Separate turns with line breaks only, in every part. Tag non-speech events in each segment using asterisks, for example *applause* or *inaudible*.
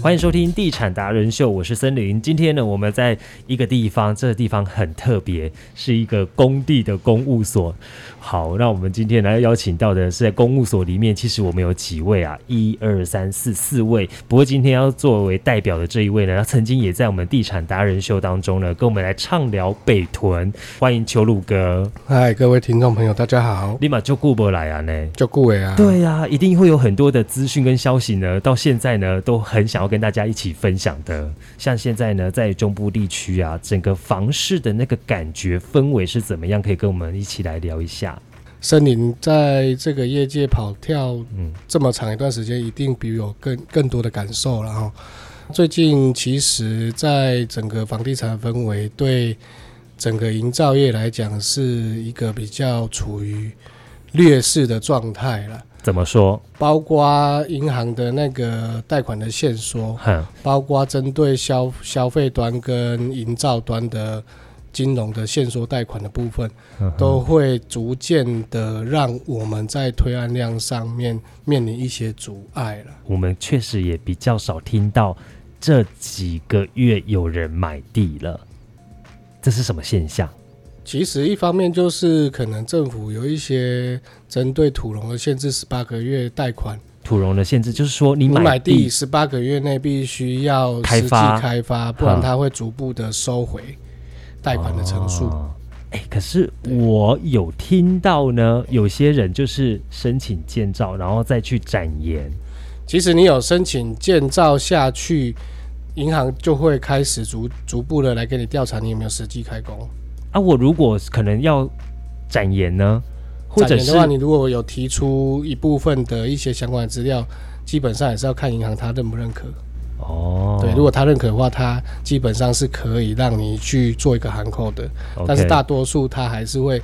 欢迎收听《地产达人秀》，我是森林。今天呢，我们在一个地方，这个地方很特别，是一个工地的公务所。好，那我们今天来邀请到的是在公务所里面，其实我们有几位啊，一二三四四位。不过今天要作为代表的这一位呢，他曾经也在我们《地产达人秀》当中呢，跟我们来畅聊北屯。欢迎秋鲁哥，
嗨，各位听众朋友，大家好，
立马就顾不来啊呢。
叫顾伟啊。
对呀、一定会有很多的资讯跟消息呢，到现在呢都很想要跟大家一起分享的。像现在呢，在中部地区啊，整个房市的那个感觉氛围是怎么样？可以跟我们一起来聊一下。
森林在这个业界跑跳
嗯
这么长一段时间，一定比我更更多的感受了哈。最近其实，在整个房地产氛围对整个营造业来讲，是一个比较处于劣势的状态了。
怎么说？
包括银行的那个贷款的限缩，
哼，
包括针对消消费端跟营造端的金融的限缩贷款的部分，
嗯哼
都会逐渐的让我们在推案量上面面临一些阻碍了。
我们确实也比较少听到这几个月有人买地了，这是什么现象？
其实一方面就是可能政府有一些针对土龙的限制，十八个月贷款，
土荣的限制就是说，你
你买
买
地十八个月内必须要
开
实际
发嗯
开发，不然它会逐步的收回贷款的成数。
哦哎、可是我有听到呢，有些人就是申请建造，然后再去展延。
其实你有申请建造下去，银行就会开始逐逐步的来给你调查你有没有实际开工。
啊，我如果可能要展延呢，或
展
者
延
是
的话，你如果有提出一部分的一些相关的资料，基本上也是要看银行它认不认可。
哦，
对，如果它认可的话，它基本上是可以让你去做一个函扣的。但是
OK，
大多数它还是会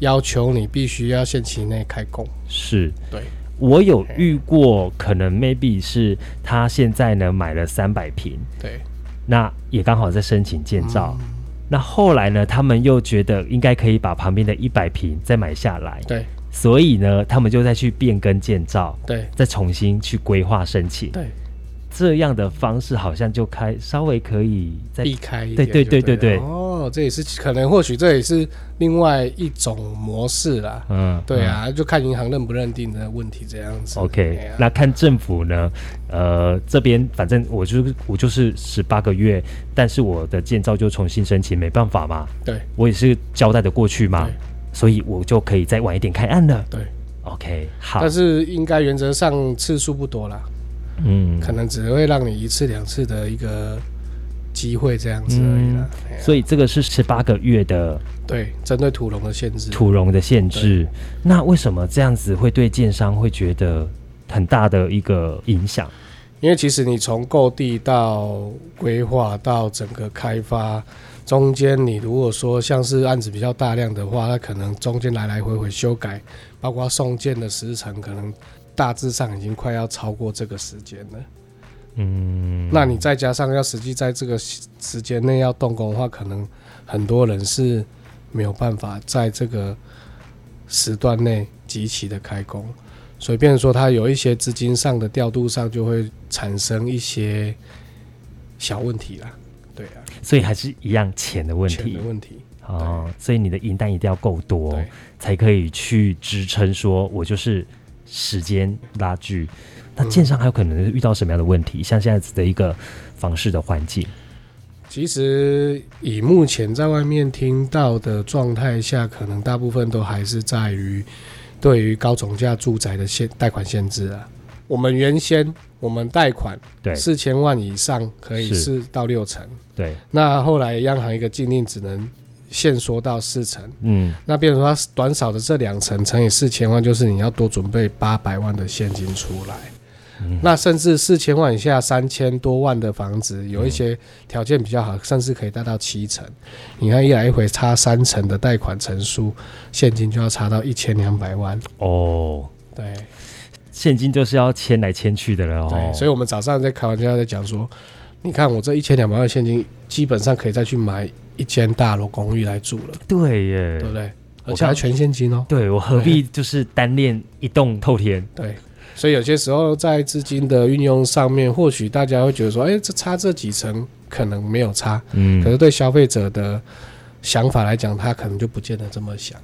要求你必须要限期内开工。
是
对。
我有遇过，可能 maybe 是他现在呢买了三百平，
对，
那也刚好在申请建造。
嗯
那后来呢，他们又觉得应该可以把旁边的一百平再买下来，
对，
所以呢，他们就再去变更建造。
对，
再重新去规划申请，
对，
这样的方式好像就开稍微可以再
避开一
对
点
对
就对
对对对
了哦，这也是可能，或许这也是另外一种模式啦。
嗯
对
嗯哦
啊，就看银行认不认定的问题这样子。哎
OK，
呀
那看政府呢？呃，这边反正我就是我就是十八个月，但是我的建造就重新申请，没办法嘛，
对
我也是交代的过去嘛
对，
所以我就可以再晚一点开案了。
对，
OK，好
但，是应该原则上次数不多啦，
嗯，
可能只会让你一次两次的一个机会这样子而已啦。哎呀
所以这个是十八个月的
对，针对土龙的限制，
土容的限制，那为什么这样子会对建商会觉得很大的一个影响？
因为其实你从购地到规划到整个开发中间，你如果说像是案子比较大量的话，那可能中间来来回回修改，包括送件的时程，可能大致上已经快要超过这个时间了。
嗯，
那你再加上要实际在这个时时间内要动工的话，可能很多人是没有办法在这个时段内及其的开工，所以变成说它有一些资金上的调度上就会产生一些小问题啦。对啊，
所以还是一样钱的问
钱
题
的问题，
哦，所以你的银弹一定要够多，
对
才可以去支撑说，我就是时间拉锯。那
嗯
建商还有可能遇到什么样的问题？像现在的一个房市的环境，
其实以目前在外面听到的状态下，可能大部分都还是在于对于高总价住宅的限贷款限制啊。我们原先我们贷款
对
四千万以上可以
是
四到六成，
对，
那后来央行一个禁令只能限缩到四成，
嗯，
那变成说它短少的这两成乘以四千万，就是你要多准备八百万的现金出来。那甚至四千万以下三千多万的房子，有一些条件比较好，甚至可以贷到七成。你看一来一回差三成的贷款成数，现金就要差到一千两百万。
哦，
对
现金就是要迁来迁去的了哦
对，。所以我们早上在开玩笑在讲说，你看我这一千两百万现金，基本上可以再去买一间大楼公寓来住了，
对耶，
对不对？
我
而且还
看
全现金哦。
对我何必就是单恋一栋透天？
对，所以有些时候在资金的运用上面，或许大家会觉得说，哎、这差这几层可能没有差，
嗯
可是对消费者的想法来讲，他可能就不见得这么想，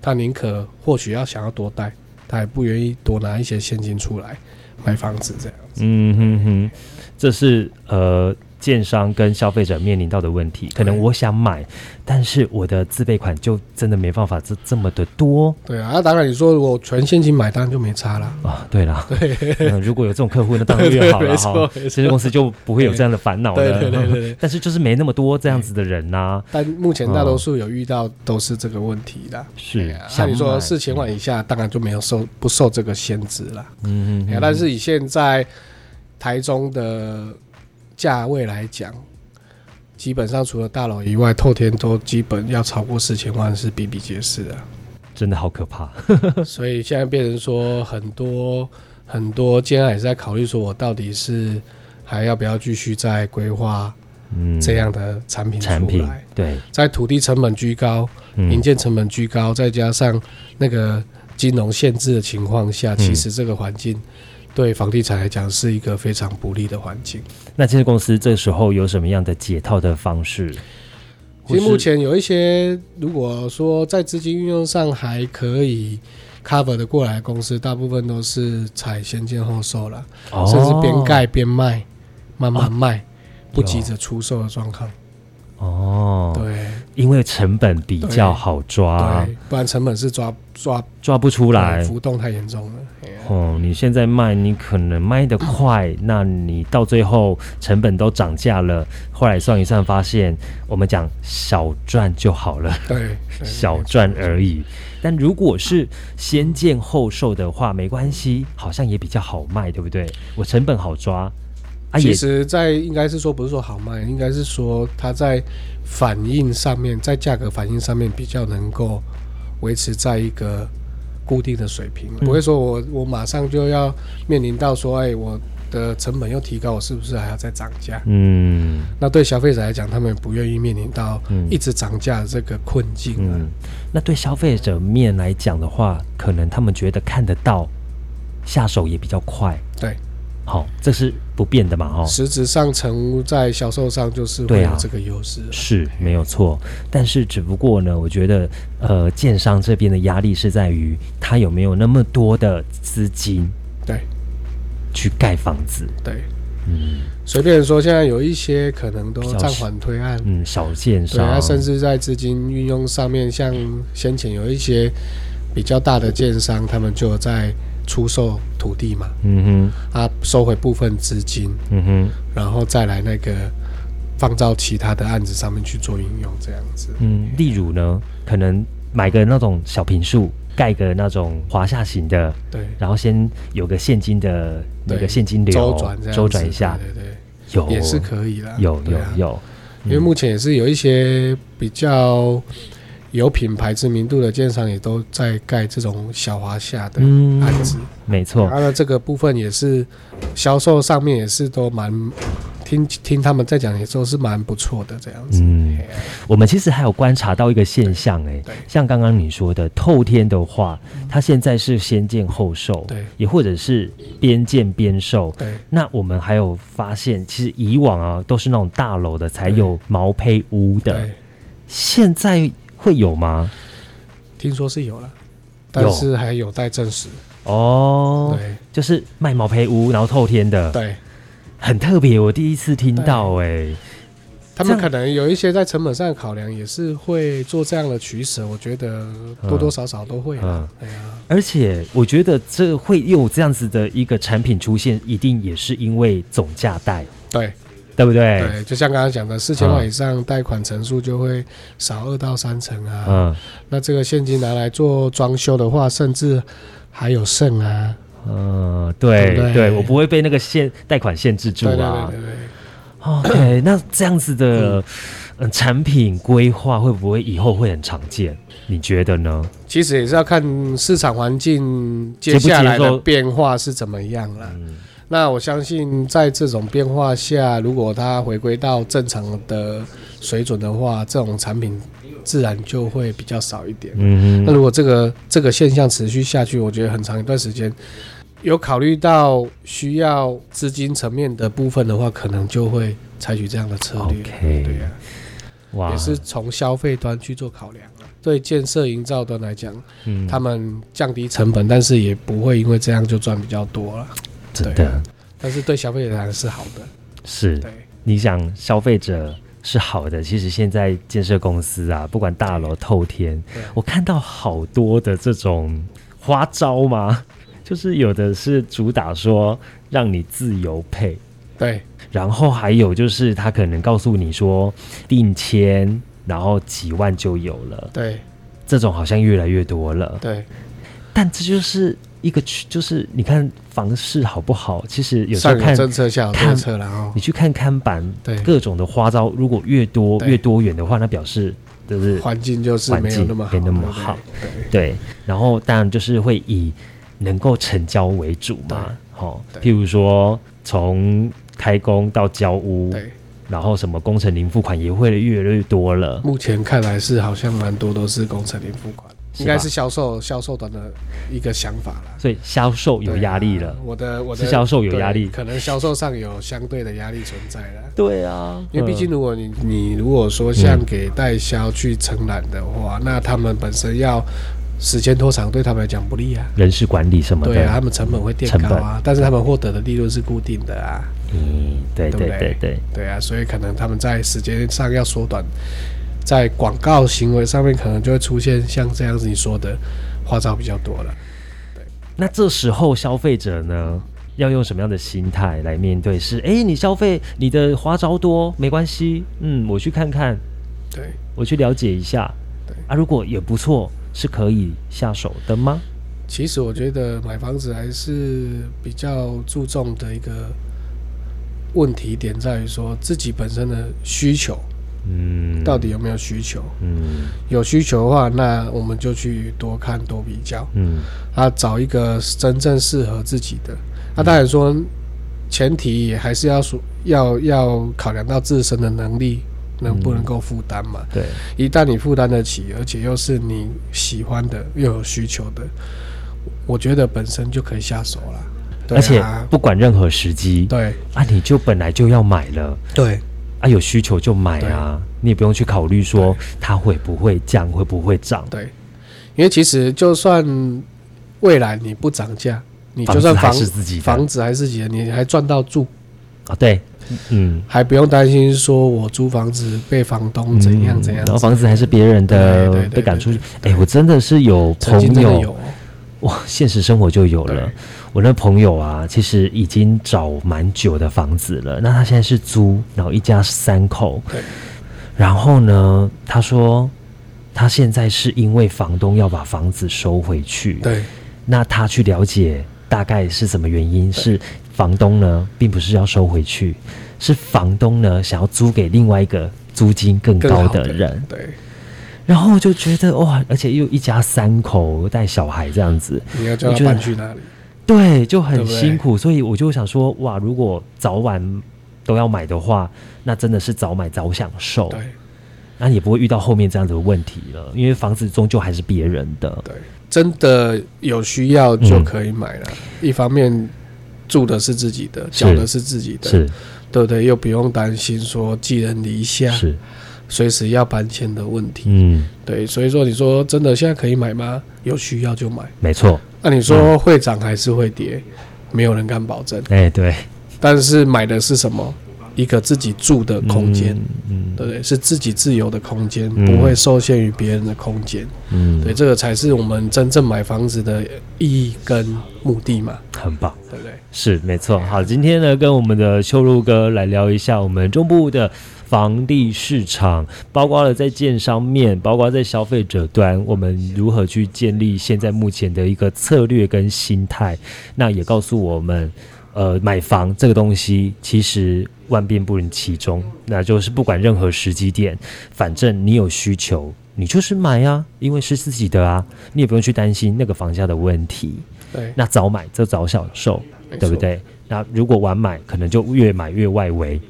他宁可或许要想要多贷，他也不愿意多拿一些现金出来买房子这样。
嗯哼哼，这是呃。建商跟消费者面临到的问题，可能我想买，但是我的自备款就真的没办法这这么的多
对啊，啊当然你说我全现金买单就没差啦。
啊。对啦，对、如果有这种客户，那当然越好
嗯 *laughs* 对对
了
没错
哈。
没错
其实公司就不会有这样的烦恼
对
了。
对对对对
*laughs* 但是就是没那么多这样子的人呐、
但目前大多数有遇到都是这个问题的。
是
哎呀
想
按理说
买
四千万以下，当然就没有受不受这个限制啦。
嗯
哎呀
嗯，
但是以现在台中的价位来讲，基本上除了大楼以外，透天都基本要超过四千万是比比皆是的、
真的好可怕。
所以现在变成说很多很多建案也是在考虑说，我到底是还要不要继续再规划
嗯，
这样的产品出
产品
来？
对，
在土地成本居高、营
嗯
建成本居高，再加上那个金融限制的情况
嗯
下，其实这个环境对房地产来讲是一个非常不利的环境。
那建设公司这时候有什么样的解套的方式？
其实
或是
目前有一些，如果说在资金运用上还可以 cover 的过来的公司，大部分都是采先建后售了，
哦
甚至边盖边卖，慢慢卖，不
有
急着出售的状况。
哦，
对
因为成本比较好抓，
对，不然成本是抓抓
抓不出
不
来。
浮动太严重了。哎呀
哦，你现在卖，你可能卖得快，那你到最后成本都涨价了，后来算一算发现，我们讲小赚就好了，
对，对
小赚而已。但如果是先建后售的话，没关系，好像也比较好卖，对不对？我成本好抓，啊也
其实，在应该是说不是说好卖，应该是说它在反应上面，在价格反应上面比较能够维持在一个固定的水平，
嗯
不会说我我马上就要面临到说，哎，我的成本又提高，我是不是还要再涨价？
嗯
那对消费者来讲，他们不愿意面临到
嗯
一直涨价的这个困境啊。
嗯，那对消费者面来讲的话，可能他们觉得看得到，下手也比较快。
对，
好、这是不变的嘛？哦，
实质上成屋在销售上就是会
对啊
有这个优势啊。
是没有错，但是只不过呢，我觉得呃，建商这边的压力是在于他有没有那么多的资金
对
去盖房子。
对，
嗯
随便说，现在有一些可能都
比较
暂
是
缓推案。
嗯，小建
对，它
商
甚至在资金运用上面，像先前有一些比较大的建商，他们就有在出售土地嘛，
嗯
啊，收回部分资金，
哼嗯哼
然后再来那个放到其他的案子上面去做应用，这样子。
嗯，例如呢，可能买个那种小平数，盖个那种华夏型的，
对，
然后先有个现金的那
对
个现金流
周转这样子，
周转一下，
对对
有
对，也是可以啦。
有
对
有嗯
啊，
有，
因为目前也是有一些比较有品牌知名度的建商，也都在盖这种小华夏的
嗯，
案子。
没错，
它啊的这个部分也是销售上面也是都蛮听听他们在讲，也都是蛮不错的这样子。
嗯
嘿啊，
我们其实还有观察到一个现象、诶，
对
像刚刚你说的透天的话，它现在是先建后售，
对
也或者是边建边售。
对
那我们还有发现，其实以往啊都是那种大楼的才
对
有毛坯屋的
对，，
现在会有吗？
听说是有了，但是还有待证实。
哦，
对
就是卖毛坯屋，然后透天的，
对，
很特别，我第一次听到哎、
他们
这样
可能有一些在成本上的考量，也是会做这样的取舍。我觉得多多少少都会
嗯
啦。哎呀，
而且我觉得这会有这样子的一个产品出现，一定也是因为总价贷，
对
对不对？
对，就像刚刚讲的，四千万
嗯
以上贷款成数就会少二到三成啊。
嗯
那这个现金拿来做装修的话，甚至还有剩啊。
嗯，对
对不对
对，我不会被那个限贷款限制住
对对
啊
对。对对。
OK，那这样子的嗯产品规划会不会以后会很常见？你觉得呢？
其实也是要看市场环境接
接不接
下来的
受
变化是怎么样了。
嗯
那我相信，在这种变化下，如果它回归到正常的水准的话，这种产品自然就会比较少一点。那
嗯
如果这个这个现象持续下去，我觉得很长一段时间，有考虑到需要资金层面的部分的话，可能就会采取这样的策略。
OK
对呀、
哇，
呃也是从消费端去做考量啊。对建设营造端来讲，
嗯
他们降低成本，但是也不会因为这样就赚比较多了。
真
对
的
啊但是对消费者来讲是好的，
嗯是
对
你想消费者是好的，其实现在建设公司啊，不管大楼透天
对，
我看到好多的这种花招嘛，就是有的是主打说让你自由配，
对
然后还有就是他可能告诉你说定签，然后几万就有了，
对
这种好像越来越多了。
对，
但这就是一个区，就是你看房市好不好，其实有时
上
候
有
看
政策，下有对
看
策，然哦后
你去看看板，
对
各种的花招，如果越多
对
越多元的话，那表示就是
环境就是没有那么
环
好，
境没那么
对不对
好
对
对，然后当然就是会以能够成交为主嘛，好、
对
譬如说从开工到交屋，
对，
然后什么工程零付款也会越来越多了，
目前看来是好像蛮多都是工程零付款，
是吧
应该是销售销售端的一个想法了。
所以销售有
对
压力
啊
了，
我的我的
是销售有
对
压力
可能销售上有相对的压力存在了。
对啊，
因为毕竟，如果你你如果说像给代销去承揽的话，那他们本身要时间拖长，对他们来讲不利啊。
人事管理什么的，
对啊，他们成本会垫高
成
啊，但是他们获得的利润是固定的啊。
嗯，对
对不
对
对
对对，
对啊，所以可能他们在时间上要缩短，在广告行为上面可能就会出现像这样子你说的花招比较多了。
那这时候消费者呢，要用什么样的心态来面对？是，哎、你消费你的花招多没关系，嗯，我去看看，
对，
我去了解一下
对，
啊，如果也不错，是可以下手的吗？
其实我觉得买房子还是比较注重的一个问题点在于说自己本身的需求
嗯，
到底有没有需求。
嗯
有需求的话，那我们就去多看多比较，
嗯
啊，找一个真正适合自己的。那当然说，前提也还是要说要要考量到自身的能力能不能够负担嘛。
对，
一旦你负担得起，而且又是你喜欢的又有需求的，我觉得本身就可以下手了。对
而且
啊
不管任何时机，
对
啊，你就本来就要买了。
对
啊，有需求就买啊，你也不用去考虑说它会不会降，会不会涨。
对，因为其实就算未来你不涨价，你就算
子还
房
是自己的
房子还是自己的，你还赚到住，
啊，对，嗯，
还不用担心说我租房子被房东怎样
嗯
怎样。
然后房子还是别人的
对对，对
被赶出去
对。
哎，我真的是有
曾
朋
经真的有
友，
哦，
哇，现实生活就有了
对。
我那朋友啊，其实已经找蛮久的房子了，那他现在是租，然后一家三口。
对
然后呢，他说他现在是因为房东要把房子收回去，
对
那他去了解大概是什么原因？是房东呢，并不是要收回去，是房东呢想要租给另外一个租金更
更
高
好
的人。
对
然后我就觉得哇，而且又一家三口带小孩这样子，
你要叫
我
他
觉得
搬去哪里？
对，就很
对不对
辛苦。所以我就想说，哇，如果早晚都要买的话，那真的是早买早享受。
对
那也不会遇到后面这样子的问题了，因为房子终究还是别人的。
对，真的有需要就
嗯
可以买了。一方面住的是自己的，
是
缴的是自己的，
是
对不对？又不用担心说寄人篱下，
是，
随时要搬迁的问题。
嗯，
对，所以说你说真的现在可以买吗？有需要就买。
没错，
那你
嗯
说会涨还是会跌？没有人敢保证。
哎、对，
但是买的是什么？一个自己住的空间，
嗯，
对不对？是自己自由的空间，
嗯
不会受限于别人的空间。
嗯，
对，，这个才是我们真正买房子的意义跟目的嘛，
很棒。
对不对？
是没错，好，今天呢，跟我们的秋露哥来聊一下我们中部的房地市场，包括了在建商面，包括在消费者端，我们如何去建立现在目前的一个策略跟心态。那也告诉我们，呃，买房这个东西其实万变不离其宗，那就是不管任何时机点，反正你有需求，你就是买啊，因为是自己的啊，你也不用去担心那个房价的问题。 *laughs*
对，
那早买就早享受，
没错
对不对？那如果晚买，可能就越买越外围，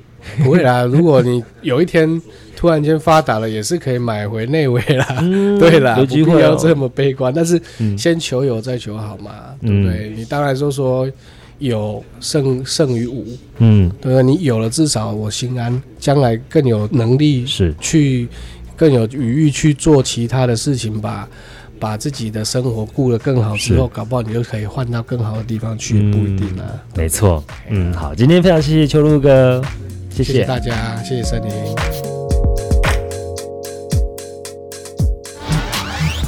不会啦，如果你有一天突然间发达了，也是可以买回内围啦。
嗯
*laughs* 对啦，
有机
不
会
必要
哦
这么悲观，但是
嗯
先求有再求好嘛，对不对？你当然就说有胜胜于无，
嗯，
对不对？你有了，至少我心安，将来更有能力
是
去更有余裕去做其他的事情吧。把自己的生活顾得更好之后，搞不好你就可以换到更好的地方去，
嗯
也不一定啊。
没错。嗯，好，今天非常谢谢秋露哥，谢
谢谢大家，谢谢森林。